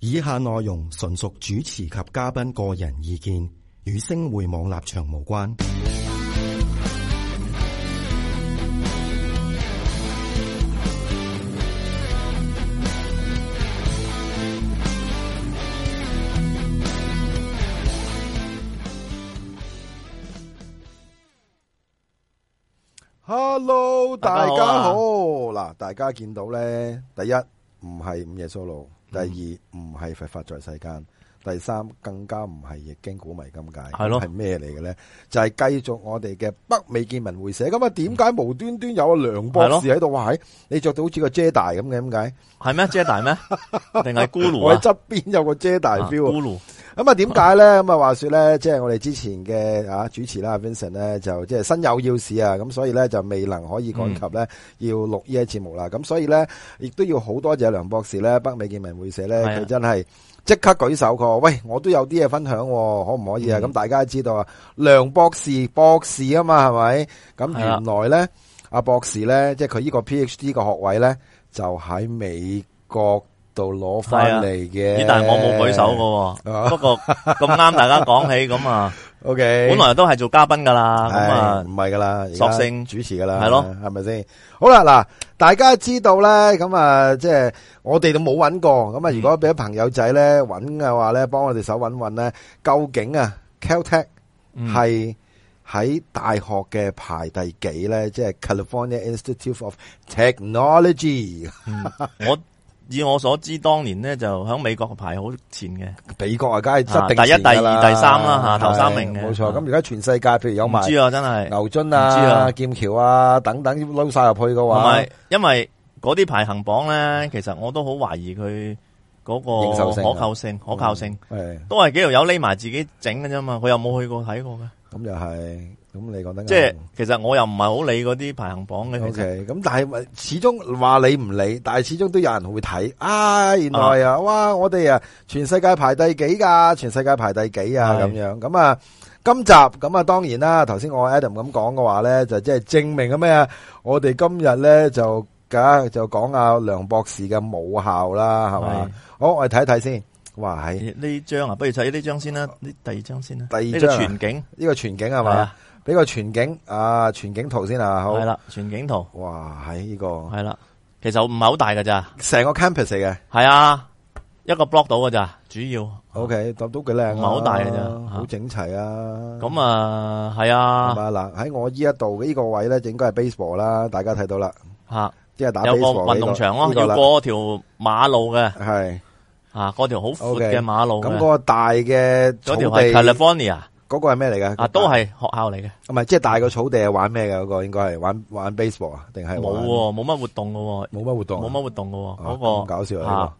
以下內容純屬主持及嘉賓個人意見，與星匯網立場無關。 Hello，大大家家好啊好。嗱，大家見到咧，第一唔係午夜 solo，第二唔係佛法在世間，第三更加唔係易經古迷今界，係咯係咩嚟嘅咧？就係繼續我哋嘅北美見聞會社。咁啊，點解無端端有阿梁博士喺度？哇，係你着到好似個遮大咁嘅，點解？系咩遮大咩？定 系咕噜我喺啊？側邊有個遮大 feel 啊咕噜咁啊，點解咧？咁啊，話說咧，即係我哋之前嘅啊主持啦，Vincent 咧就即係身有要事啊，咁所以咧就未能可以趕嗯及咧、要錄呢一節目啦。咁所以咧，亦都要好多謝梁博士咧，北美見聞會社咧，係啊佢真係即刻舉手佢話：喂，我都有啲嘢分享喎，可唔可以啊？嗯咁、大家知道啊，梁博士博士啊嘛，係咪？咁係啊啦原來咧，阿博士咧，即係佢呢個 PhD 嘅學位咧，就喺美國度攞翻嚟嘅。啊咦？但系我冇举手噶啊喎，不过咁啱大家讲起咁啊， O K，本来都系做嘉宾噶啦，咁唉啊唔系噶啦，而家索性主持噶啦，係咯系咪先？好啦，嗱，大家知道咧，咁啊，即系我哋都冇揾过，嗯咁啊，如果俾朋友仔咧揾嘅话咧，帮我哋手揾揾咧，究竟啊，Caltech 嗯系喺大学嘅排第几咧？即系 California Institute of Technology， 我以我所知，当年咧就喺美国排好前嘅，美國啊，梗係啊執定第一前㗎啦第二第三啦嚇係頭三名嘅嗯冇錯。咁而家全世界，譬如有唔埋知啊，真系。牛津唔知啊、啊劍橋啊等等撈晒入去嘅同話埋。因为嗰啲排行榜咧，其实我都好怀疑佢嗰認受性个啊可靠性，可靠性係都系几条友匿埋自己整嘅啫嘛，佢又冇去过睇过嘅，咁又係，咁你講得啱即系其实我又唔系好理嗰啲排行榜嘅，其實 OK，咁但係咪始終話你唔理，但係始終都有人會睇啊！原來啊，哇！我哋啊，全世界排第幾㗎？全世界排第幾啊？係咁樣咁啊，今集咁啊，當然啦，頭先我 Adam 咁講嘅話咧，就即係證明咗咩啊？我哋今日咧就梗就講阿梁博士嘅母校啦，係嘛係？好，我哋睇一睇先。哇！喺呢張啊，不如睇呢張先啦，呢第二張先啦，第呢二張個全景呢個全景係係嘛？啊？俾個全景啊，全景圖先啊，好係。啦，全景圖哇！喺呢個係啦，其實唔係好大㗎咋，成個 campus 嚟嘅。係啊，一個 block 到㗎咋，主要 O K，都都幾靚啊，唔係好大嘅啫好整齊啊。咁啊，係係啊，嘛嗱，喺我依一度嘅呢個位咧，就應該係 baseball 啦，大家睇到啦，吓即係打有 baseball 個運動場咯，呢個要啦過條馬路嘅係吓，嗰條好闊 OK，嘅馬路咁嘅，嗰個大嘅草嗰地條係，California 嗰個係咩嚟嘅？啊，都係學校嚟嘅，唔係即係大個草地係玩咩嘅？嗰個應該係玩玩 baseball 啊，定係冇玩喎，冇乜活動㗎喎，冇乜活動啊，冇乜活動㗎啊喎，咁嗰搞笑個啊啊，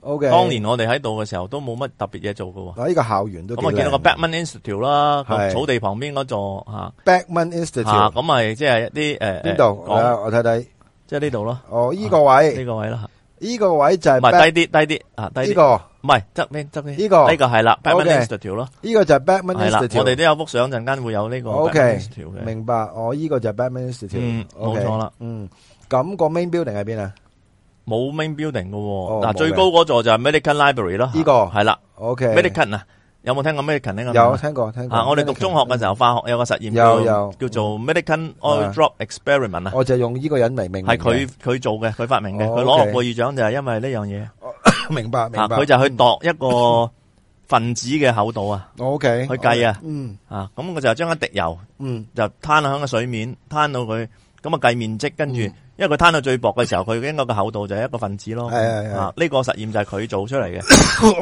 ！O K，當年我哋喺度嘅時候都冇乜特別嘢做㗎喎。嗱呢個校園都咁啊，幾見到靚個 Batman Institute 啦，係個草地旁邊嗰座嚇 Backman 嚇， Institute 咁咪即係一啲誒邊度？誒講啊我睇睇，即係呢度咯，哦呢個呢位，個位啦，呢個位就唔係 Back- 係低啲低啲啊，低呢啲，個。唔係側邊側邊呢個呢個係啦 OK ，Batman Institute 咯，呢個就係 Batman 係啦， Institute。我哋都有幅相陣間會有呢個 O Batman K， Institute 嘅，明白。哦，呢個就係 Batman Institute。嗯冇 OK，錯啦嗯，咁個 main building 喺邊啊冇 main building 嘅哦喎，冇嗱嘅最高嗰座就係 Medical Library 咯，呢個係啦？OK。 ，Medical 啊，有冇聽過 Medical 呢個名啊？有聽過，聽過。啊！我哋讀中學嘅時候，化學有個實驗有叫有嗯叫做 Medical Oil Drop Experiment 啊。我就用呢個人嚟命名系嘅。佢佢做嘅，佢發明嘅，哦佢攞諾 OK 貝爾獎就係因為呢樣嘢。明白明啊，白。佢就去度一個分子嘅厚度 啊， O K。去計啊。嗯 啊，咁佢就將一滴油嗯就攤喺個水面，攤到佢，咁啊計面積，跟住嗯因為佢攤到最薄嘅時候，佢應該個厚度就係一個分子咯。係係係啊，呢個實驗就係佢做出嚟嘅，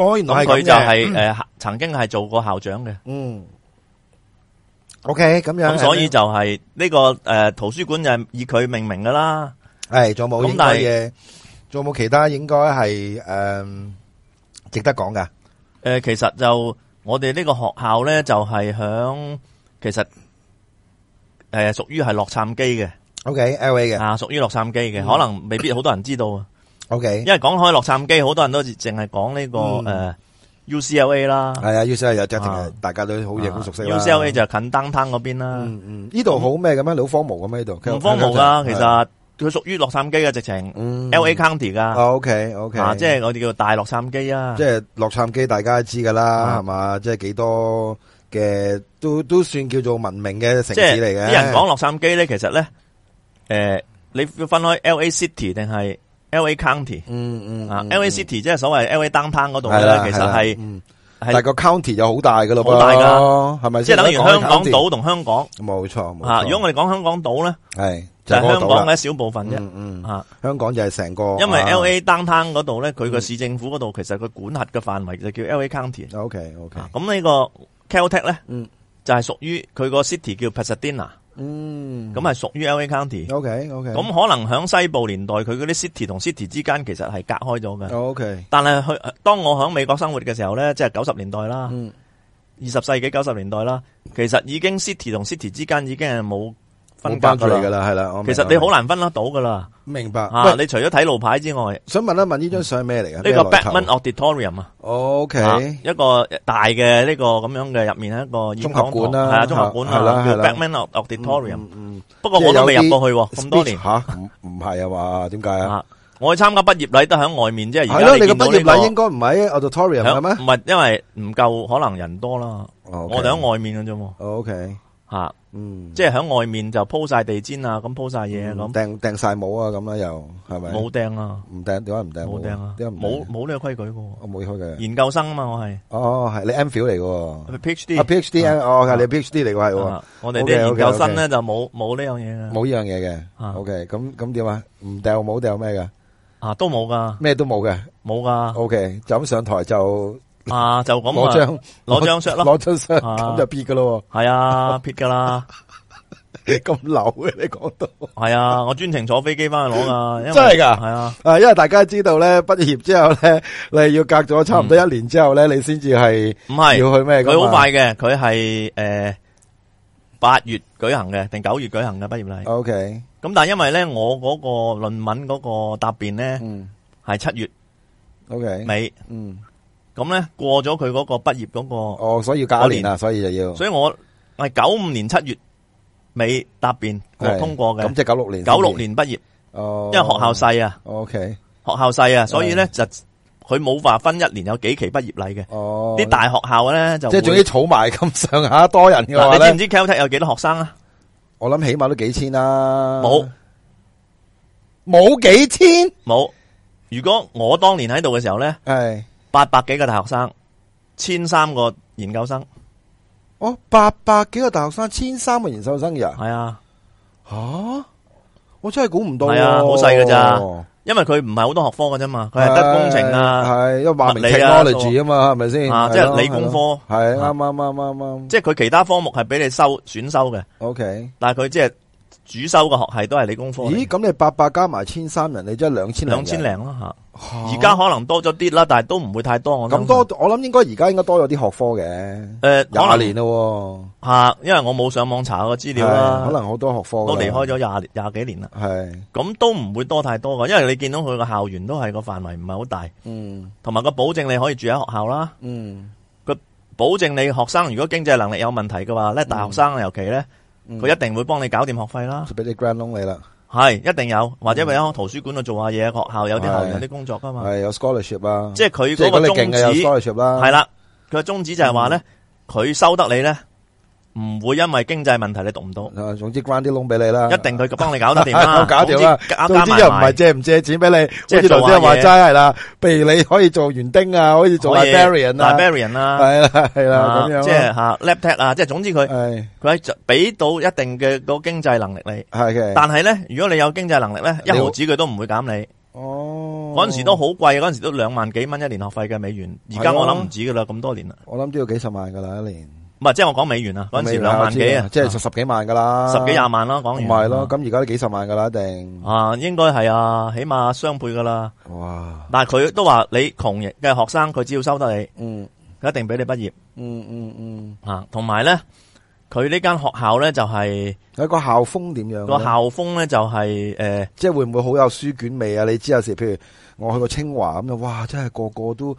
我原來咁係咁佢嘅就係诶曾經係做過校長嘅，嗯。O K，咁樣咁所以就係呢個诶圖書館就係以佢命名噶啦。係仲冇咁應該但係嘢，仲冇其他應該係誒值得講噶。诶、呃其實就我哋呢個學校咧，就係響其實诶属于系洛杉磯嘅 O K，L A 嘅啊，屬於洛杉磯嗯嘅，可能未必好多人知道啊。 ，O K，因為講開洛杉磯，好多人都淨係講呢個呃嗯诶、UCLA 啦，係啊，U C L 有一定係啊大家都好嘢好熟悉啦。 UCLA 就近 downtown 嗰邊啦，嗯嗯，呢度好咩咁樣？老荒蕪咁樣呢度，唔荒謬噶。其實佢屬於洛杉磯嘅直情嗯，L.A. County 噶， O K O K，啊，即係我哋叫大洛杉磯啊即。係洛杉磯，大家都知噶啦，啊係嘛？即係幾多嘅都都算叫做文明嘅城市即係嚟嘅。啲人講洛杉磯咧，其實咧，诶、你要分開 L.A. City 定係 L.A. County 嗯，嗯嗯啊？L.A. City 即係所謂 L.A. downtown 嗰度咧係啦，其實係啦係嗯但係係個 county 就好大噶咯，好大㗎，係咪即係先？等於香港一講起 county，島同香港冇錯冇啊。錯。如果我哋講香港島咧，係就就係係香港嘅咧，一小部分啫。嗯嗯，啊，香港就係成個，因為啊 L.A. downtown 嗰度咧，佢個市政府嗰度其實佢管轄嘅範圍就叫 L.A. County。 OK OK，啊咁呢個 Caltech 咧，嗯就係屬於佢個 city 叫 Pasadena，嗯咁係屬於 L.A. County。 OK OK，咁可能喺西部年代，佢嗰啲 city 同 city 之間其實係隔開咗嘅。 OK，但係去當我喺美國生活嘅時候咧，即係九十年代啦，嗯二十世紀九十年代啦，其實已經 city 同 city 之間已經係冇分分隔隔出㗎嚟噶啦。啦，係啦，我明其實你好我難分得到噶啦。明明白。啊，喂，你除咗睇路牌之外，呢想問一問呢張相咩嚟嘅？個咩來頭 Batman Auditorium 啊， OK，啊一個大嘅呢個咁樣嘅入面係一個演講綜合館堂啦係啊，綜合館係啦啊，係叫啦 Batman Auditorium 嗯。嗯不過我都未入過去喎，咁多年吓，唔唔係啊嘛？點解啊？啊，我去參加畢業禮都喺外面啫。而係家咯，你你見個到畢呢業禮個應該唔喺 auditorium 響嘅咩唔係，因為唔夠，可能人多啦。我哋喺我外面嘅啫嗯喎， OK，吓，嗯，即係喺外面就鋪晒地氈啊，咁鋪晒嘢啊咁，嗯掟掟晒帽啊，咁啦又係咪？冇掟啊，唔掟，點解唔掟帽？冇掟啊，點解唔掟冇冇呢個規矩嘅喎。我冇開嘅。研究生啊嘛，我係哦，係你 M Phil 嚟嘅喎，啊 PhD。 PhD 啊哦，係你 PhD 嚟嘅係喎啊，我哋啲 OK，OK，研究生 OK 咧就冇冇呢樣嘢嘅，冇呢樣嘢嘅。啊 OK，咁咁點啊？唔掟帽掟咩嘅？啊都冇噶，咩都冇嘅。冇噶， OK，就咁上台就啊就咁哦攞啊，張攞張 shot 咯，攞張相啊咁就撇嘅 咯係啊，撇噶 啦，喎。咁流嘅你講到。係啊，我專程坐飛機翻去攞噶，因為真係㗎係啊，啊，因为大家知道咧，毕业之后咧，你要隔咗差唔多一年之后咧，你先至系唔係。要去咩㗎嘛佢好快嘅，佢係诶八月舉行嘅，定九月舉行嘅畢業 Ờ. 禮。 OK，咁但係因為咧，我嗰個論文嗰個答辯咧嗯係七月，OK，尾，嗯，咁咧過咗佢嗰個畢業嗰個，哦，所以要隔一年啦，所以就要所以我係九五年七月尾答辯我係通過咁嘅即，系九六年，九六，年畢業，哦，因為學校細啊， ，OK，學校細啊，所以咧就佢冇話分一年有幾期畢業禮嘅。哦，啲大學校咧就即會系总之储埋咁上下多人嘅话嗱，你咧，知唔知 Caltech 有幾多學生啊？我谂起码都几千啦，冇。冇几千，冇。如果我當年喺度嘅時候咧，系八百幾個大學生，千三個研究生，哦，八百几个大学生，千三个研修生嘅人，係啊，吓，我真系估唔到喎，係啊好細㗎咋因為佢唔係好多學科嘅啫嘛，佢係得工程啊，系因为话明物理啊 technology 啊嘛，系咪先？啊即係理工科系啱啊啱啱啱啱。即係佢其他科目係俾你修選修嘅， OK，但係佢即係主修嘅學系都係理工科嚟。咦？咁你八百加埋千三人，你即系两千兩千零咯吓，嚇而家可能多咗啲啦，但係都唔會太多。我咁多，我谂应该而家应该多咗啲学科嘅，诶，可廿能年咯吓，因為我冇上網查個資喎，料係可啦，能好多学科啊都離開離咗廿廿幾年啦，咗，系咁都唔會多太多嘅，因為你見到佢個校園都係個範圍唔係好大，嗯同埋個保證你可以住喺學校啦。嗯，保證你學生如果經濟能力有問題嘅話咧，大學生尤其咧，嗯佢一定會幫你搞掂學費啦，就俾啲 grand loan 你啦，係一定有，或者咪喺圖書館度做下嘢，學校有啲校係有啲工作噶嘛，系有 scholarship 啊，即係佢即嗰係如果個你宗勁嘅有旨 scholarship 啦，係啊啦，佢嘅宗旨就係話咧，佢收得你咧，唔會因為經濟問題你讀唔到，啦，啊总之 grand 啲 loan 俾你啦，一定佢幫你搞得掂 啦，我搞掂啦總之加總加之又埋唔係埋，借唔借錢俾你，即係好似頭先話做齋係啦，譬如你可以做園丁啊，可以做可以 librarian 啦， librarian 啦，係啦係啦啊咁樣啦，即係吓 lab tech 啊，即係總之佢係佢係俾到一定嘅個經濟能力你。係嘅，但係咧，如果你有經濟能力咧，一毫子佢都唔會減你。哦嗰阵时都好貴，嗰阵时都兩萬幾蚊一年學費嘅美元。啊而家我諗唔止噶啦，咁多年啦。我諗都要幾十萬㗎啦一年，唔係，即係我講美元啊，嗰阵时两万我未幾啦啊我，知即係十十幾萬㗎啦，十幾廿萬啦，啊講完。唔係咯，咁而家都幾十萬㗎啦，一定，啊，應該係啊，起碼雙倍噶啦。哇，但係佢都話你窮嘅學生，佢只要收得你，嗯佢一定俾你畢業嗯嗯嗯，啊。同埋咧，佢呢間學校咧就係喺個校風點樣個呢？校風咧就係呃诶即係會唔會好有書卷味啊？你知有時譬如我去過清華咁樣，哇！真係個個都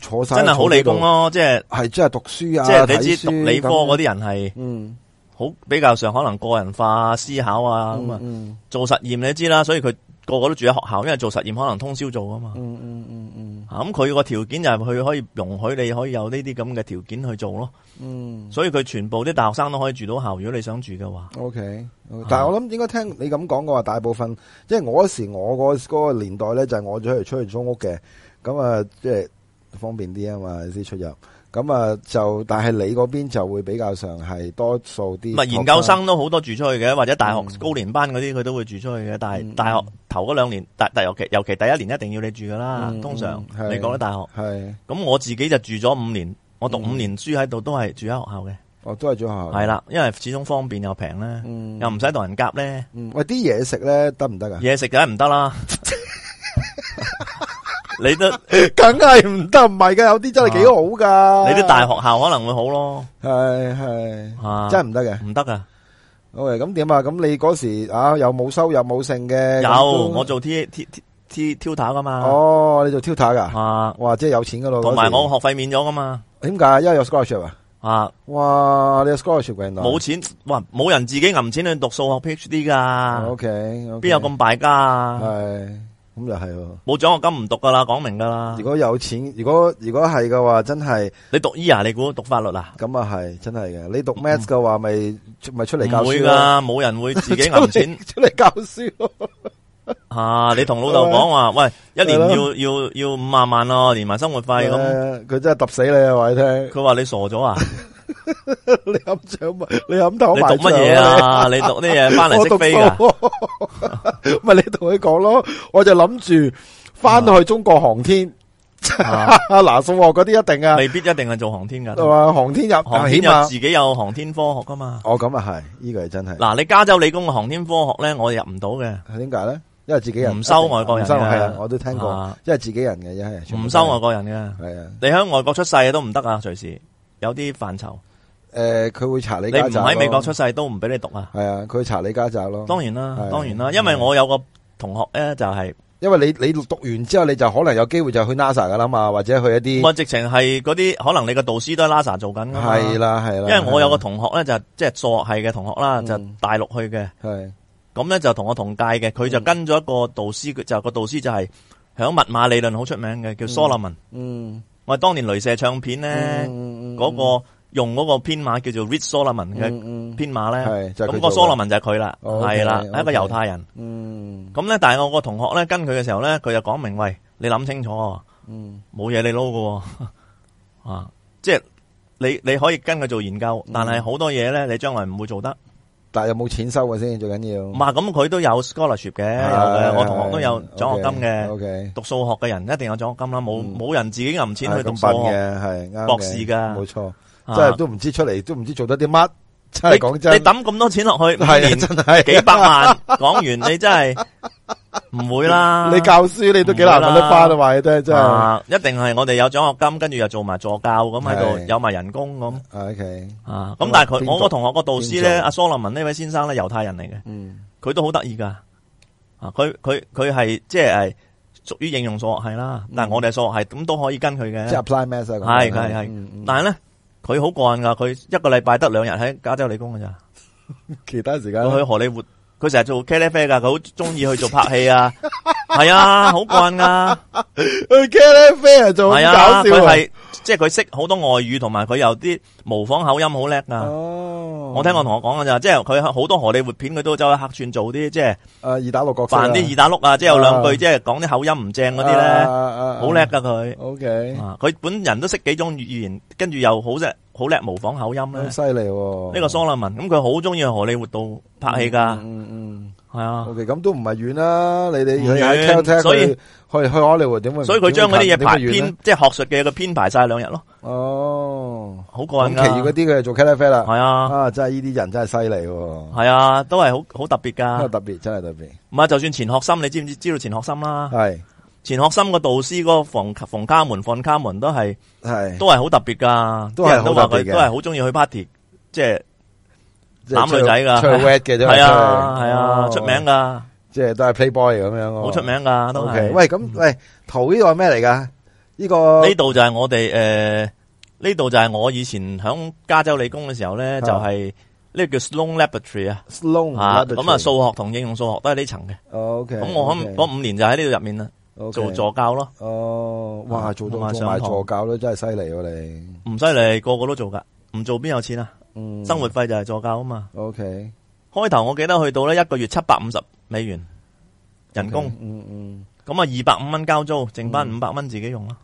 坐晒，啊真係好理工，咯，即係係真係讀書啊，即係你知睇書讀理科咁嗰啲人係嗯好好比較上可能個人化思考啊咁啊，嗯做實驗你知啦，所以佢個個都住喺學校，因為做實驗可能通宵做啊嘛。嗯嗯嗯嗯啊咁佢個條件就係佢可以容許你可以有呢啲咁嘅條件去做咯，嗯所以佢全部啲大學生都可以住到校，如果你想住嘅話。 ，OK。但系我諗應該聽你咁講嘅話，大部分即係我嗰時我嗰嗰個年代咧，就係我出去出去租屋嘅，咁啊即係方便啲啊嘛，先出入。咁啊就，但係你嗰邊就會比較上係多數啲唔係嗯啊學研究生都好多住出去嘅，或者大學嗯高年班嗰啲佢都會住出去嘅。但嗯係大學頭嗰兩年，大大尤其尤其第一年一定要你住噶啦嗯。通常嗯係你講得大學，係，咁我自己就住咗五年，我讀五嗯年書喺度都係住喺學校嘅，我都係做學校。係啦，因為始終方便又平咧，嗯，又唔使同人夾咧，嗯，喂，啲嘢食咧得唔得噶？嘢食梗係唔得啦。你都你梗係唔得，唔係嘅，有啲真係幾好噶。啲大學校可能會好咯，係係啊，真係唔得嘅。唔得噶。 OK，咁點啊？咁你嗰時啊，又冇收入冇剩嘅。咁有都我做 T T T T 挑塔噶嘛，哦，你做 tutor 噶？啊，哇，即係有錢噶咯。同埋我嗰時學費免咗噶嘛，點解？因為有 scholarship 啊！啊。哇，你有 scholarship 嘅原來冇錢，哇！冇人自己揞錢去讀數學 PhD 噶， OK，邊有咁敗家啊？係咁又係喎。冇獎學金唔讀噶啦，講明噶啦如。果有錢，如果如果係嘅話，真係你讀醫啊？你估讀法律啊？咁啊係，真係嘅。你讀 maths 嘅話，咪咪出嚟教唔會書咯，噶，冇人會自己揞錢 出嚟教書咯。啊！你同老豆講話，喂，一年係要咯要要五萬萬咯，連埋生活費咁。誒佢真係揼啊死你啊！話你聽。 佢話你傻咗啊！你諗想咪？你諗頭你讀乜嘢 啊？你讀啲嘢翻嚟識飛噶？噶， 咪你同佢講咯。我就諗住翻去中國航天，啊 嗱數學嗰啲一定啊，未必一定係做航天噶。係嘛？航天入航啊起天有碼，自己有航天科學噶嘛？哦咁啊係，呢個係真係。嗱，你加州理工嘅航天科學咧，我入唔到嘅。嗱，點解咧？因為自己人唔收外國人唔收嘅係啊，我都聽過啊，因為自己人嘅，一係唔收外國人嘅。係啊。你喺外國出世嘅都唔得啊，隨時有啲範疇。誒，佢會查你啊你家唔宅喺美國出咯，世都唔俾你讀啊。係啊，佢會查你家宅咯。當然啦係，當然啦，因為我有個同學咧，就係因為你你讀完之後，你就可能有機會就去 NASA 噶啦嘛，或者去一啲我直情係嗰啲可能你個導師都喺 NASA 做緊㗎嘛。係，啦係啦。啊因為我有個同學咧就即係數學系嘅同學啦，嗯就大陸去嘅，係。咁咧就同我同屆嘅，佢嗯就跟咗一個導師，佢就個導師就係響密碼理論好出名嘅，叫 Solomon。嗯，我哋當年雷射唱片咧，嗰個用嗰個編碼叫做 Reed Solomon 嘅嘅編碼咧。嗯係就係咁佢做個嘅 Solomon 就係佢啦，哦，OK，係啦， OK 係一個猶太人。嗯咁咧，但係我個同學咧跟佢嘅時候咧，佢就講明喂，你諗清楚喎，嗯冇嘢你撈嘅喎， 啊，即係你你可以跟佢做研究，嗯但係好多嘢咧，你將來唔會做得。但係有冇錢收嘅先最緊要？唔係咁，佢都有 scholarship 嘅，有嘅，我同學都有獎學金嘅。 O K，讀數學嘅人一定有獎學金啦，冇嗯冇人自己揞錢去讀咁數笨學。嘅係啱嘅博士㗎冇錯，啊真係都唔知出嚟，都唔知做得啲乜。真你係講真，你抌咁多錢落去，五係啊年真係幾百萬 講完，你真係唔會啦。你教書你都幾難揾得翻啊！話你聽真係。啊啊，一定係我哋有獎學金，跟住又做埋助教咁喺度係，有埋人工咁 O K，啊。咁咁但係邊佢個我個同學個導師咧，邊個阿蘇立文呢位先生咧，猶太人嚟嘅，嗯佢都好得意噶。啊，佢佢佢係即係屬於應用數學系啦，但係我哋係數學系咁都可以跟佢嗯即係嘅。 apply math 啊係咁樣係係嗯嗯但係咧，佢好過癮噶，佢一個禮拜得兩日喺加州理工㗎咋。其他時間佢去荷里活，佢成日做茄喱啡噶，佢好中意去做拍戲 啊。係啊，好過癮噶。去 c a l i f o r n 做系好啊，搞笑啊佢系即系佢识好多外語，同埋佢有啲模仿口音好叻噶。啊哦，我聽我同我講嘅咋，即係佢好多荷里活片，佢都走去客串做啲即係啊二打六角色啊扮啲二打六啊，即係有兩啊句即係講啲口音唔正嗰啲啊咧，啊啊啊好叻噶佢。 O K，啊佢本人都識幾種語言，跟住又好叻，好叻模仿口音咧好。犀利喎！呢個蘇立文，咁佢好中意去荷里活度拍戲㗎，嗯嗯係啊。 ，OK，咁都唔係遠啦。你哋唔你喺遠 Caltech，所以去去去 Hollywood 點會？所以佢將嗰啲嘢排點會遠呢編，即係學術嘅嘢，佢編排晒兩日咯，哦。好過癮咁其餘嗰㗎。啲佢就做 c a l i f o r n 啦。係啊，啊，真係呢啲人真係犀利喎！係啊，都係好好特別㗎真係。特別，真係特別，唔係，就算錢學森，你知唔知知道錢學森啦？係錢學森個導師嗰個馮馮卡門、馮卡門都係係都係好特別噶，都啲係人好都話特別嘅佢都係好中意去 party，即係即係攬女仔㗎出去出去 wet 嘅啫，係啊係啊，哦出名，噶，即係都係 playboy 咁樣喎，好出名噶都 O K，係。嗯喂，咁喂，圖呢個係咩嚟㗎？呢個呢度就係我哋誒，呢度就係我以前響加州理工嘅時候咧，啊就係呢個叫 Sloan Laboratory 啊， Sloan 啊咁啊 Laboratory 數學同應用數學都係呢層嘅。 OK，咁我可 OK，嗰五年就喺呢度入面啦， OK 做助教咯，哦，哇，做到同埋做上埋堂助教都真係犀利喎你，唔犀利，個個都做噶，唔做邊有錢啊？嗯，生活費就係助教啊嘛。 OK，開頭我記得去到咧一個月七百五十美元人工，嗯嗯，咁啊二百五蚊交租，剩翻五百蚊自己用咯。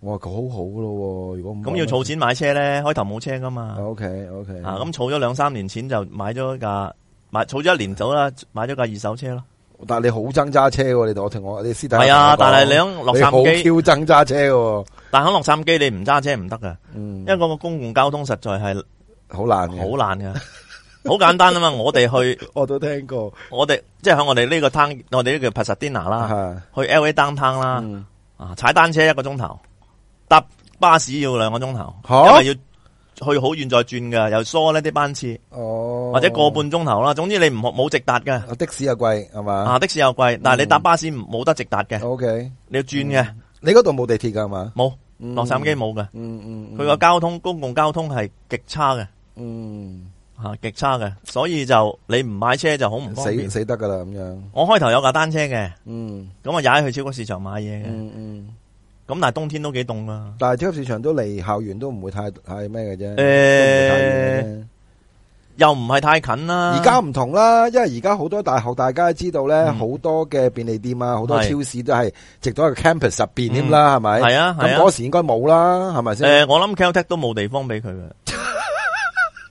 哇，咁好好咯喎，如果唔咁要儲錢買車咧，開頭冇車噶嘛。 ，OK OK，啊，咁儲咗兩三年錢就買咗架，買儲咗一年到啦，買咗架二手車咯。但系你好憎揸車喎，你同我聽我你私底下係啊，同我講但係你喺洛你杉好磯，挑憎揸車嘅，但喺洛杉磯你唔揸車唔得噶，嗯因，為嗰個公共交通實在係好難嘅，好難噶，好簡單啊嘛。我哋 去，我都聽過，我哋即係喺我哋呢個 town，我哋呢個 Pasadena 啦，係去 LA downtown 啦，啊嗯啊踩單車一個鐘頭，搭巴士要兩個鐘頭，嚇因為要。去好遠再轉噶，又疏呢啲班次，哦，或者個半鐘頭啦。總之你唔冇直達嘅，的士又貴係嘛啊的士又貴，但係你搭巴士唔冇得直達嘅。 ？OK，你要轉嘅，你嗰度冇地鐵㗎係嘛？冇嗯洛杉磯，冇嘅，嗯嗯，佢個交通公共交通係極差嘅，嗯吓極差嘅，所以就你唔買車就好唔方死便。死得㗎啦咁樣，我開頭有架單車嘅，嗯咁啊踩去超級市場買嘢嘅，咁嗯嗯，但係冬天都幾凍啊噶。但係超級市場都離校園都唔會太太咩嘅啫，誒都唔會太遠嘅啫又唔係太近啦。而家唔同啦，因為而家好多大學，大家都知道咧，啊嗯好、多嘅便利店啊，好多係超市都係直到一個 campus 入邊添啦，係咪、係啊咁係嗰啊，時應該冇啦，係咪先？誒我諗 Caltech 都冇地方俾佢 嘅。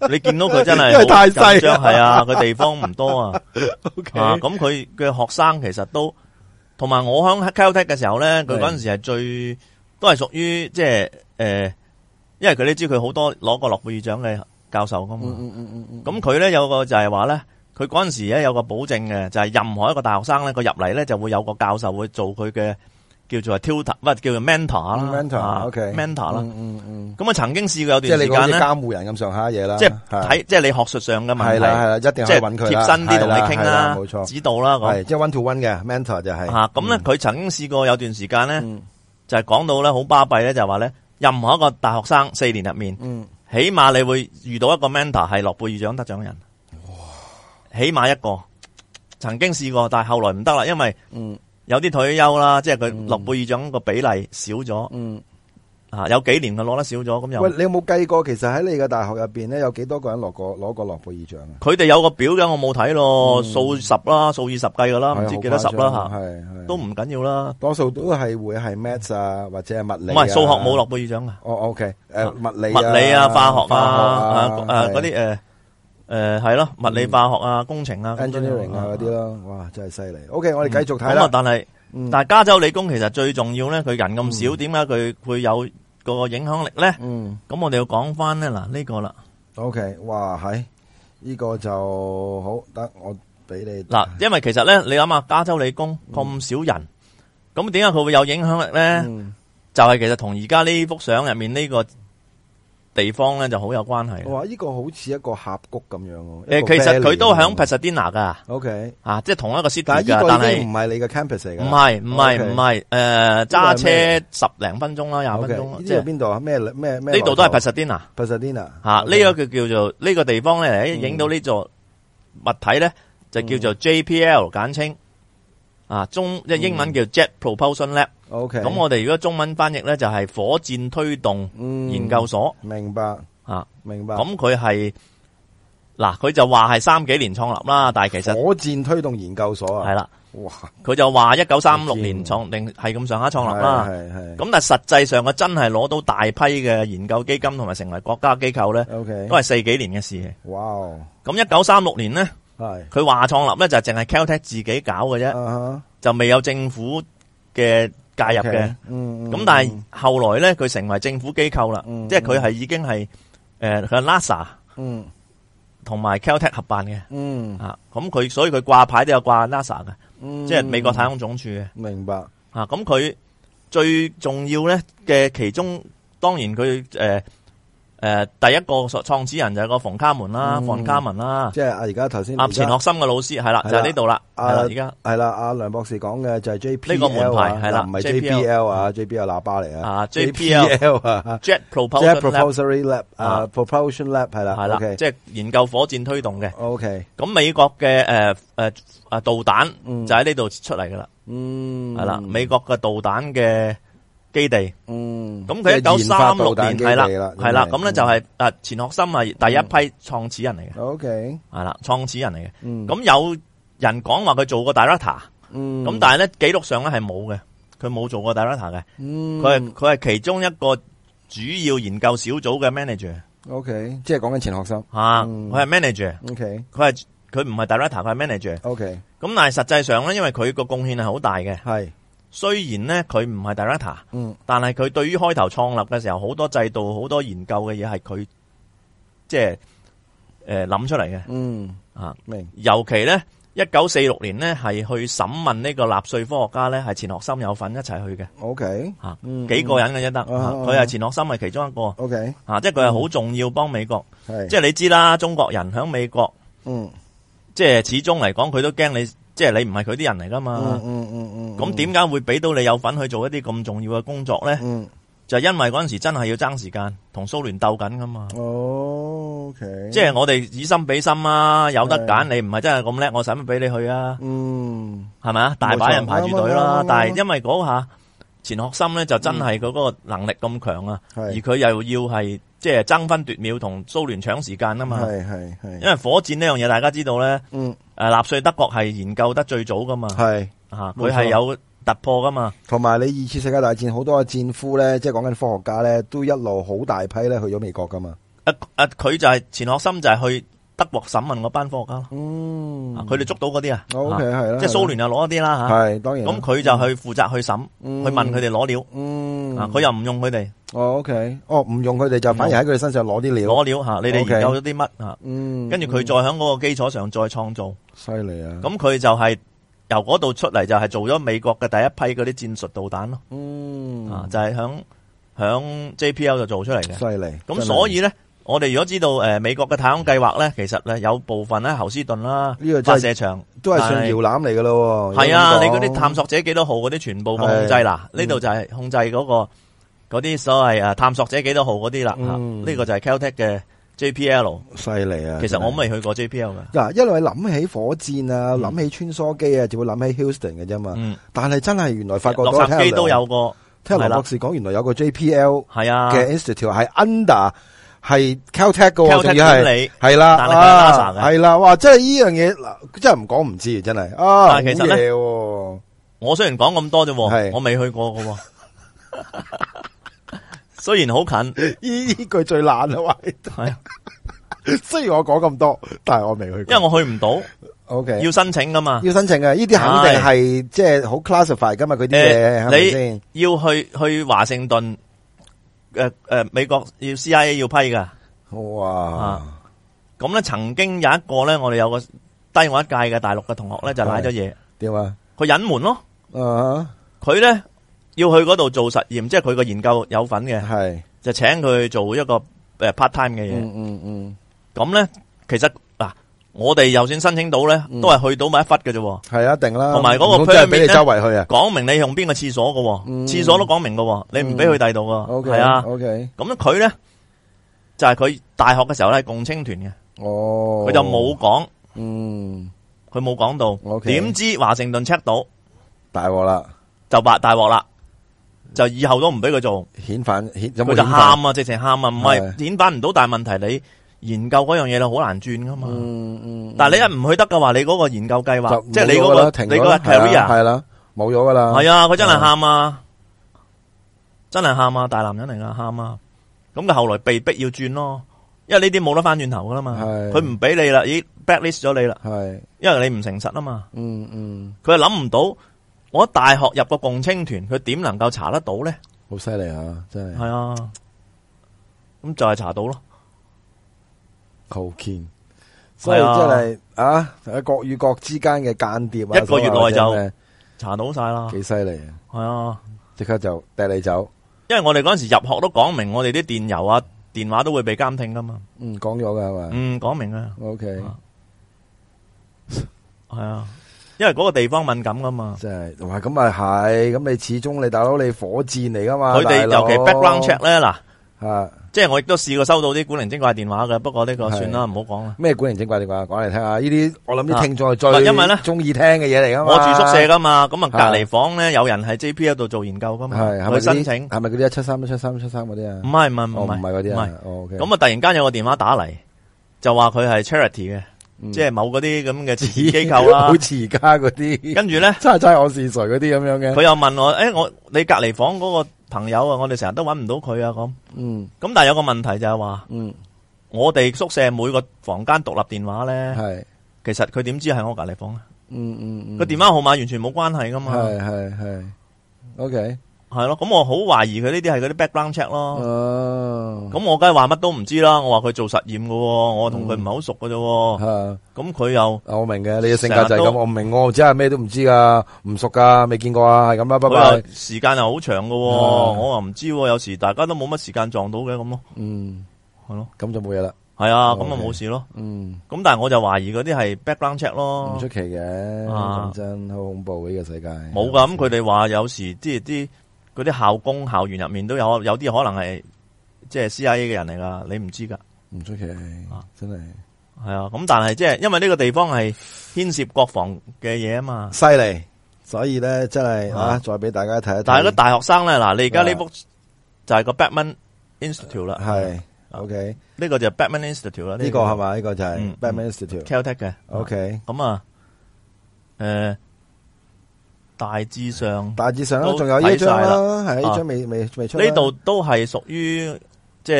你見到佢真係因為太細啊係啊，個地方唔多啊。 OK 啊，咁佢嘅學生其實都，同埋我喺 Caltech 嘅時候咧，佢嗰陣時係最都係屬於即係誒，因為佢都知佢好多攞過諾貝爾獎嘅教授噶嗯嘛。嗯嗯嗯嗯，咁佢咧有個就係話咧，佢嗰陣時咧有個保證嘅，就係、任何一個大學生咧，佢入嚟咧就會有個教授會做佢嘅叫做係 tutor，唔係叫做 mentor 啦嗯 mentor，啊 OK mentor 啦。嗯嗯嗯，咁啊曾經試過有即係段你時講間啲咧，監護人咁上下嘢啦，即係睇即係你學術上嘅問題，係啦係啦，一定即係係揾佢啦貼身啲同你傾係啦，冇錯，指導啦咁。係即係 one to one 嘅 mentor 就係、吓咁咧，佢曾經試過有段時間咧，嗯就係講到咧好巴閉咧，就係話咧，任何一個大學生四年入面，嗯起碼你會遇到一個 mentor 係諾貝爾獎得獎人，起碼一個。曾經試過，但係後來唔得啦，因為嗯有啲退休啦，即係佢嗯諾貝爾獎個比例少咗嗯。啊，有幾年佢攞得少咗，咁又喂，你有冇計過其實喺你嘅大學入邊咧，有幾多個人攞過攞過諾貝爾獎啊？佢哋有個表嘅，我冇睇咯，數十啦，數二十計噶啦，唔知幾多十啦吓，係係都唔緊要啦。多數都係會係 maths 啊，或者係物唔理、啊。係數學冇。諾貝爾獎啊。哦，OK，誒，物理、物理啊、化學化啊、學啊啊誒嗰啲誒誒係咯，物理、化學啊、工程啊、係 engineering 啊嗰啲。咯。哇，真係犀利。OK，我哋繼續睇咁啊啦，。但係嗯但係加州理工其實最重要咧，佢人咁少，點解佢會有個影響力咧？嗯咁我哋要講翻咧嗱呢個啦， ，OK，哇，係呢個就好得，我俾你嗱，因為其實咧你諗下加州理工咁少人，咁點解佢會有影響力咧？嗯就係其實同而家呢幅相入面呢個地方咧就好有關係嘅。哇，呢個好似一個峽谷咁樣喎。誒，其實佢都響響 Pasadena 噶， OK，啊，即係同一個 city 但噶，係呢但個已係經。唔係你嘅 campus 嚟㗎唔啦。係唔係 OK 唔係，诶呢揸個係咩車十零分鐘啦，廿 OK，分鐘啦，呢即度係邊度啊？咩咩咩？呢度都係 Pasadena Pasadena 吓，呢 OK 個嗯叫叫做呢個地方咧，影到呢座物體咧就叫做 JPL 簡稱啊，中即係英文叫 Jet Propulsion Lab。嗯 OK，咁我哋如果中文翻譯咧就係火箭推動嗯研究所明白啊。明白。咁佢係嗱，佢就話係三幾年創立啦，但係其實火箭推動研究所啊，係啦，哇，佢就話一九三六年火箭創定係咁上下創立啦。係係咁但係實際上佢真係攞到大批嘅研究基金同埋成為國家機構咧， ，OK，都係四幾年嘅事嘅。哇哦，咁一九三六年呢，係佢話創立咧就淨係 Caltech 自己搞嘅啫，啊就未有政府嘅介哈入嘅。，嗯，嗯咁但係後來咧，佢成為政府機構啦，嗯即係佢係已經係誒佢係 NASA 嗯同埋 Caltech 合辦嘅嗯啊。咁佢所以佢掛牌都有掛 NASA 嘅，嗯，即係美國太空總署嘅。明白，啊，咁佢最重要咧嘅其中，當然佢誒诶呃第一個創始人就係個馮卡門啦，嗯馮卡門啦，即係啊，而家頭先阿錢學森嘅老師係啦，係啦就係呢度啦，啊係啦，而家系啦，阿梁博士講嘅就係 JPL 呢個門牌啊係啦唔係 JPL JPL 啊，JPL 喇叭嚟啊啊 JPL JPL 啊 Jet 即係 Propulsion Lab Propulsory Lab 啊啊，Propulsion Lab 係啦，係啦 OK，即係研究火箭推動嘅。 OK，咁美國嘅诶诶诶导弹嗯就喺呢度出嚟噶啦，嗯，係啦，美國嘅導彈嘅基地。嗯，咁佢一即係九研發三六導彈年基係啦，地啦，係啦，咁咧就係嗯係诶錢學森係第一批創始人嚟嘅， OK，Ừ. 係啦，創始人嚟嘅。嗯，咁有人講話佢做過 director，嗯咁但係咧記錄上咧係冇嘅，佢冇做過 director 嘅，嗯佢係佢係其中一個主要研究小組嘅 manager OK，即係講緊錢學生啊，嗯佢係 manager， ，OK，佢係佢唔係 director，佢係 manager。 OK，咁但係實際上咧，因為佢個貢獻係好大嘅，係，雖然咧佢唔係 director，嗯但係佢對於開頭創立嘅時候，好多制度、好多研究嘅嘢係佢即係诶谂出嚟嘅嗯，啊。明，尤其咧，一九四六年呢，係去審問呢個納税科學家咧，係錢學森有份一齊去嘅 OK，吓，嗯幾個人嘅一得，嗯啊嗯佢係錢學森係其中一個，OK，啊，即係佢係好重要幫美國。係，即係你知啦，中國人喺美國，嗯，即係始終嚟講，佢都驚你，即係你唔係佢啲人嚟噶嗯嘛。嗯嗯嗯，咁點解會俾到你有份去做一啲咁重要嘅工作咧？嗯，就因為嗰陣時真係要爭時間，同蘇聯鬥緊噶嘛。哦，OK，即，係我哋以心比心啊，有得揀係你唔係真係咁叻，我使乜俾你去啊？Ừ. 嗯，係咪啊？大把人排住隊冇錯啱啱啱啦啱，但係因為嗰下錢學森咧就真係佢嗰個能力咁強啊，而係，佢又要係即係爭分奪秒同蘇聯搶時間啊嘛。係係係因，為火箭呢樣嘢大家知道咧，嗯，誒納粹德國係研究得最早噶嘛，係。嚇冇佢錯係有突破噶嘛，同埋你二次世界大戰好多嘅戰俘咧，即係講緊科學家咧，都一路好大批咧去咗美國噶嘛。誒誒佢就係錢學森就係去德國審問嗰班科學家咯，嗯啊佢哋捉到嗰啲啊， O K 啊哦係啦，即係蘇聯就攞一啲啦嚇，係當然啦咁佢就去負責去審，嗯去問佢哋攞料，嗯啊佢又唔用佢哋哦 O K 哦唔用佢哋就反而喺佢哋身上攞啲料攞料嚇，你哋 OK 研究咗啲乜啊？嗯，跟住佢再喺嗰個基礎上再創造，犀利啊咁佢就係由嗰度出嚟就係做咗美國嘅第一批嗰啲戰術導彈咯，嗯啊就係響響 JPL 就做出嚟犀嘅。利咁所以咧，我哋如果知道誒美國嘅太空計劃咧，其實咧有部分咧侯斯頓啦呢個、真係發射場真係都係算搖籃嚟噶咯喎。係啊，你如嗰果咁啲講探索者幾多號嗰啲全部個控制啦，係嗯呢度就係控制嗰個嗰啲所謂誒探索者幾多號嗰啲啦。嗯嚇呢個就係 Caltech 嘅 JPL。犀利啊，其實我真係啊未去過 JPL 噶，嗱，因為諗起火箭啊，諗起穿梭機啊，就會諗起 Houston 嘅啫嘛。嗯，但係真係原來發覺到洛杉聽磯阿都梁有個聽阿係羅啦博士講，原來有個 JPL 係啊嘅 institute 係 under 係 Caltech 嘅喎，仲 Caltech 要係管理。係啦，但係佢係啊 NASA 嘅係啦，哇！真係呢樣嘢嗱，真係唔講唔知，真係啊，但係其實呢呢，我雖然講咁多啫係喎，我未去過噶喎。 雖然好近，呢呢句最爛啊！喂， 係啊雖然我講咁多，但係我未去過。因為我去唔到， O K 要申請噶嘛。要申請嘅，呢啲肯定係即係好 classify 噶嘛，佢啲誒嘢係咪先？要去去華盛頓，诶、诶、美國要 CIA 要批噶。哇啊！咁咧，曾經有一個咧，我哋有個低我一屆嘅大陸嘅同學咧，就拉咗嘢，點啊？佢隱瞞咯，啊，佢咧要去嗰度做實驗，即係佢個研究有份嘅，係，就請佢做一個诶 part time 嘅嘢。嗯嗯嗯，咁咧、其實嗱、我哋就算申請到咧，都係去到某一忽嘅啫喎。係一啊定啦。同埋嗰個唔通真係俾你 permit 呢周圍去啊講明你用邊個廁所嘅喎，嗯廁所都講明嘅喎，你唔俾去第二度嘅，？O K，係啊。 ，O K，咁咧佢咧就係佢大學嘅時候咧係共青團嘅，哦，佢就冇講，嗯，佢冇講到， OK 點知華盛頓 check 到大鑊啦！就白大鑊啦，就以後都唔俾佢做，遣返遣有冇佢就遣返？喊啊，直情喊啊，唔係係遣返唔到，但係問題你研究嗰樣嘢你好難轉噶嘛。嗯嗯，但係你一唔去得嘅話，你嗰個研究計劃，即係你冇咗嗰㗎啦啊個停你嗰個 career 系啦，冇咗噶啦，係啊，佢真係喊啊，嗯真係喊啊，大男人嚟噶喊啊。咁佢後來被逼要轉咯，因為呢啲冇得翻轉頭噶啦嘛，係佢唔俾你啦，咦 blacklist 咗你啦。係，系因為你唔誠實啊嘛，嗯嗯，佢係諗唔到我喺大學入個共青團，佢點能夠查得到咧？好犀利啊，真係係啊，咁就係查到咯。好堅，所以係啊真係啊，喺國與國之間嘅間諜啊，一個月內就所謂咧查到晒啦，幾犀利啊！係啊，即刻就掟你走，因為我哋嗰阵时入學都講明我哋啲電郵啊、電話都會被監聽噶嘛。嗯，講咗噶係嘛嗯，講明啊， ？OK，啊係啊，因為嗰個地方敏感噶嘛。即係同埋咁啊係，咁你始終你大佬你火箭嚟噶嘛？佢哋啊大尤佬其 background check 咧，嗱，啊即係我亦都試過收到啲古靈精怪電話嘅，不過呢個係算啦，唔好講啦。咩古靈精怪你講講嚟聽下，呢啲我諗啲啊聽眾係最因為呢中意聽嘅嘢嚟噶嘛。我住宿舍噶嘛，咁啊係隔離房咧有人喺 JPL 度做研究噶嘛，係係咪佢申請。係咪嗰啲一七三一七三一七三嗰啲啊唔？係唔係哦，唔唔係係嗰啲唔係啊。哦，OK，咁啊！突然間有個電話打嚟，就話佢係 charity 嘅，嗯即係某嗰啲咁嘅慈善機構啦 好。似而家嗰啲，跟住咧，猜猜我是誰嗰啲咁樣嘅。佢又問我：，诶、我你隔離房嗰個朋友啊，我哋成日都揾唔到佢啊，咁。嗯 咁但係有個問題就係話，嗯，我哋宿舍每個房間獨立電話咧，係，其實佢點知係我隔離房啊？嗯嗯嗯，個電話號碼完全冇關係噶嘛，係係係，OK，係咯。咁我好懷疑佢呢啲係嗰啲 background check 嗯咯。哦，咁我梗係話乜都唔知啦，我話佢做實驗嘅喎，我同嗯佢唔係好熟嘅啫喎。嚇咁佢又啊我明嘅，你嘅性格就成係日咁，都我唔明，我真係咩都唔知噶，唔熟噶，未見過啊，係咁啦，拜佢拜又，時間又好長嘅喎，啊我話唔知喎，有時大家都冇乜時間撞到嘅咁咯，嗯，係咯，咁就冇嘢啦，係啊，咁啊哦 OK 冇事咯。嗯，咁但係我就懷疑嗰啲係 background check 唔咯出，奇啊嘅，啊講真好恐怖嘅呢個世界，冇噶。咁佢哋話有時即係啲嗰啲校工、校園入面都有，有啲可能係即係 CIA 嘅人嚟噶，你唔知噶。唔出奇，真係係啊，咁但係即係因為呢個地方係牽涉國防嘅嘢啊嘛。犀利，所以咧真係啊，啊再俾大家睇一睇，但係嗰大學生咧，嗱，你而家呢幅就係個 Batman Institute 啦，啊係 OK，呢個就係 Batman Institute 啦，呢個係嘛？呢個就係嗯 Batman Institute。 Caltech 嘅。 OK，咁啊，诶、大致上大致上啦，都仲有呢張睇啦，係呢啊張未未未出啦呢度都係屬於即係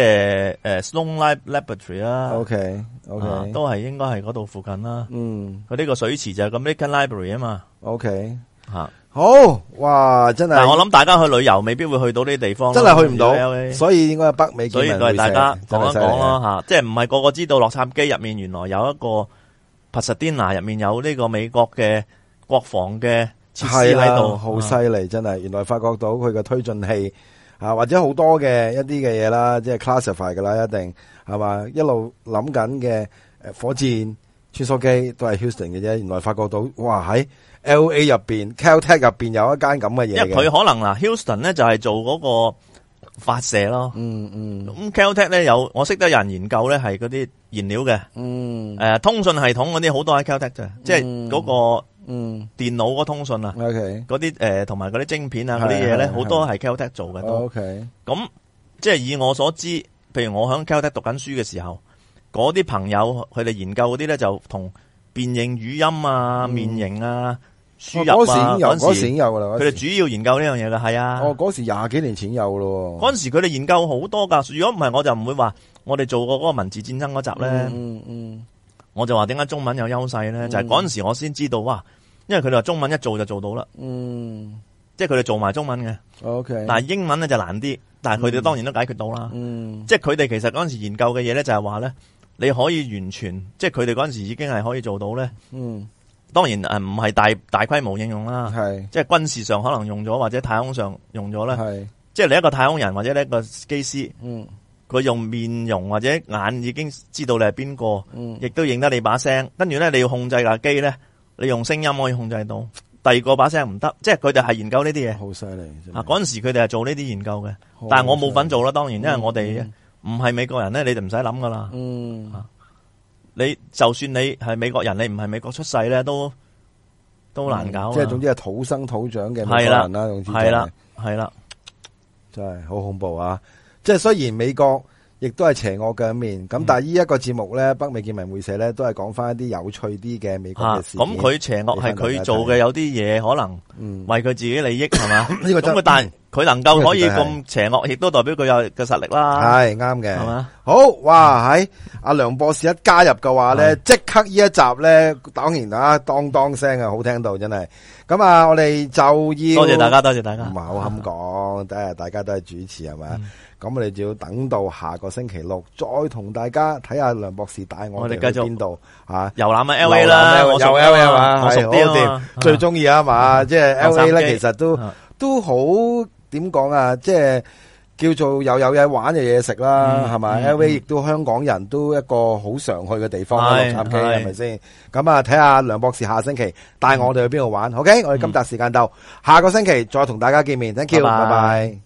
诶 Sloan Lab Laboratory 啦 OK 啊 OK，都係應該係嗰度附近啦。嗯佢呢個水池就係咁 Lincoln Library 啊嘛， OK，吓、好哇，真但係系我諗大家去旅遊未必會去到呢啲地方啦，真係去唔如果喺到， LA 所以應該係北美所以見聞就會係大家成真講係一犀利講咯吓，即係唔係個個知道洛杉磯入面原來有一個 Pasadena 入面有呢個美國嘅國防嘅設係施喺啦，度，好啊犀利，真係。原來發覺到佢嘅推進器啊，或者好多嘅一啲嘅嘢啦，即係 classify 噶啦，一定係嘛？一路諗緊嘅誒火箭穿梭機都係 Houston 嘅啫。原來發覺到，哇喺 L.A. 入邊 Caltech 入邊有一間咁嘅嘢因為佢嘅，可能嗱，Houston 咧就係做嗰個發射咯。嗯嗯咁 Caltech 咧有，我識得有人研究咧係嗰啲燃料嘅，誒、嗯通訊系統嗰啲好多喺 Caltech 啫，即係嗰個嗯電腦嗰通訊啊， ，OK 嗰啲誒同埋嗰啲晶片啊嗰啲嘢係咧，係哦好多係 Caltech 做嘅都。 OK，咁即係以我所知，譬如我喺 Caltech 讀緊書嘅時候，嗰啲朋友佢哋研究嗰啲咧就同辨認語音啊、面型啊、輸入嗯哦嗰時已啊經有，嗰嗰時已時經有噶啦，佢哋主要研究呢樣嘢嘅，係啊。哦嗰時廿幾年前有咯嗰喎，陣時佢哋研究好多㗎，如果唔係我就唔會話我哋做過嗰個文字戰爭嗰集咧，嗯嗯我就話點解中文有優勢咧？就係嗰陣時我先知道哇，因為佢哋話中文一做就做到啦，嗯即係佢哋做埋中文嘅， ，OK，但係英文咧就難啲，但係佢哋當然都解決到啦。嗯即係佢哋其實嗰陣時研究嘅嘢咧，就係話咧，你可以完全即係佢哋嗰陣時已經係可以做到咧。嗯當然誒唔係大大規模應用啦，係。即係軍事上可能用咗，或者太空上用咗啦。系，即係你一個太空人或者你一個機師。嗯佢用面容或者眼已經知道你係邊個，嗯，亦都認得你把聲。跟住咧，你要控制架機咧，你用聲音可以控制到。第二個把聲唔得，即係佢哋係研究呢啲嘢。好犀利真係啊，嗰陣時佢哋係做呢啲研究嘅，好但係我冇份做啦。當然，犀因利為我哋唔係美國人咧，你就唔使諗噶啦。嗯嗯啊你就算你係美國人，你唔係美國出世咧，都都難搞啊。即係總之係土生土長嘅美國係啦人啦，總之就係係啦，係啦，真係好恐怖啊！即係雖然美國亦都係邪惡嘅一面，Ừ. 咁但係呢一個節目咧，北美見聞會社咧都係講翻一啲有趣啲嘅美國嚇嘅事件。咁佢邪惡係佢做嘅，有啲嘢可能嗯為佢自己利益係嘛？ 呢個真咁佢但佢能夠可以咁邪惡，亦都代表佢有嘅實力啦，係啱嘅，係嘛？好哇！喺阿梁博士一加入嘅話咧，即刻呢一集咧，當然啦，當當聲啊，好聽到真係。咁啊，我哋就要多謝大家，多謝大家唔。係好咁講，睇下大家都係主持係咪？嗯咁、我哋就要等到下個星期六再同大家睇下梁博士帶我我哋哋去繼續邊度啊？遊覽啊遊 L A 啦，覽我熟又啲 L A Ờ, 啊嘛，我熟係啲好啊掂嘛，最中 Ờ. 意啊嘛，即係 L A 洛杉磯咧，其實都啊 à, 都好點講啊，即係叫做又有嘢玩嘅嘢食啦，嗯係咪嗯 L A 亦都香港人都一個好常去嘅地方啦，係洛杉磯係係咪先？咁啊，睇下梁博士下星期帶我哋去邊度玩。OK，我哋今集時間到，下個星期再同大家見面。Thank you，拜拜拜拜。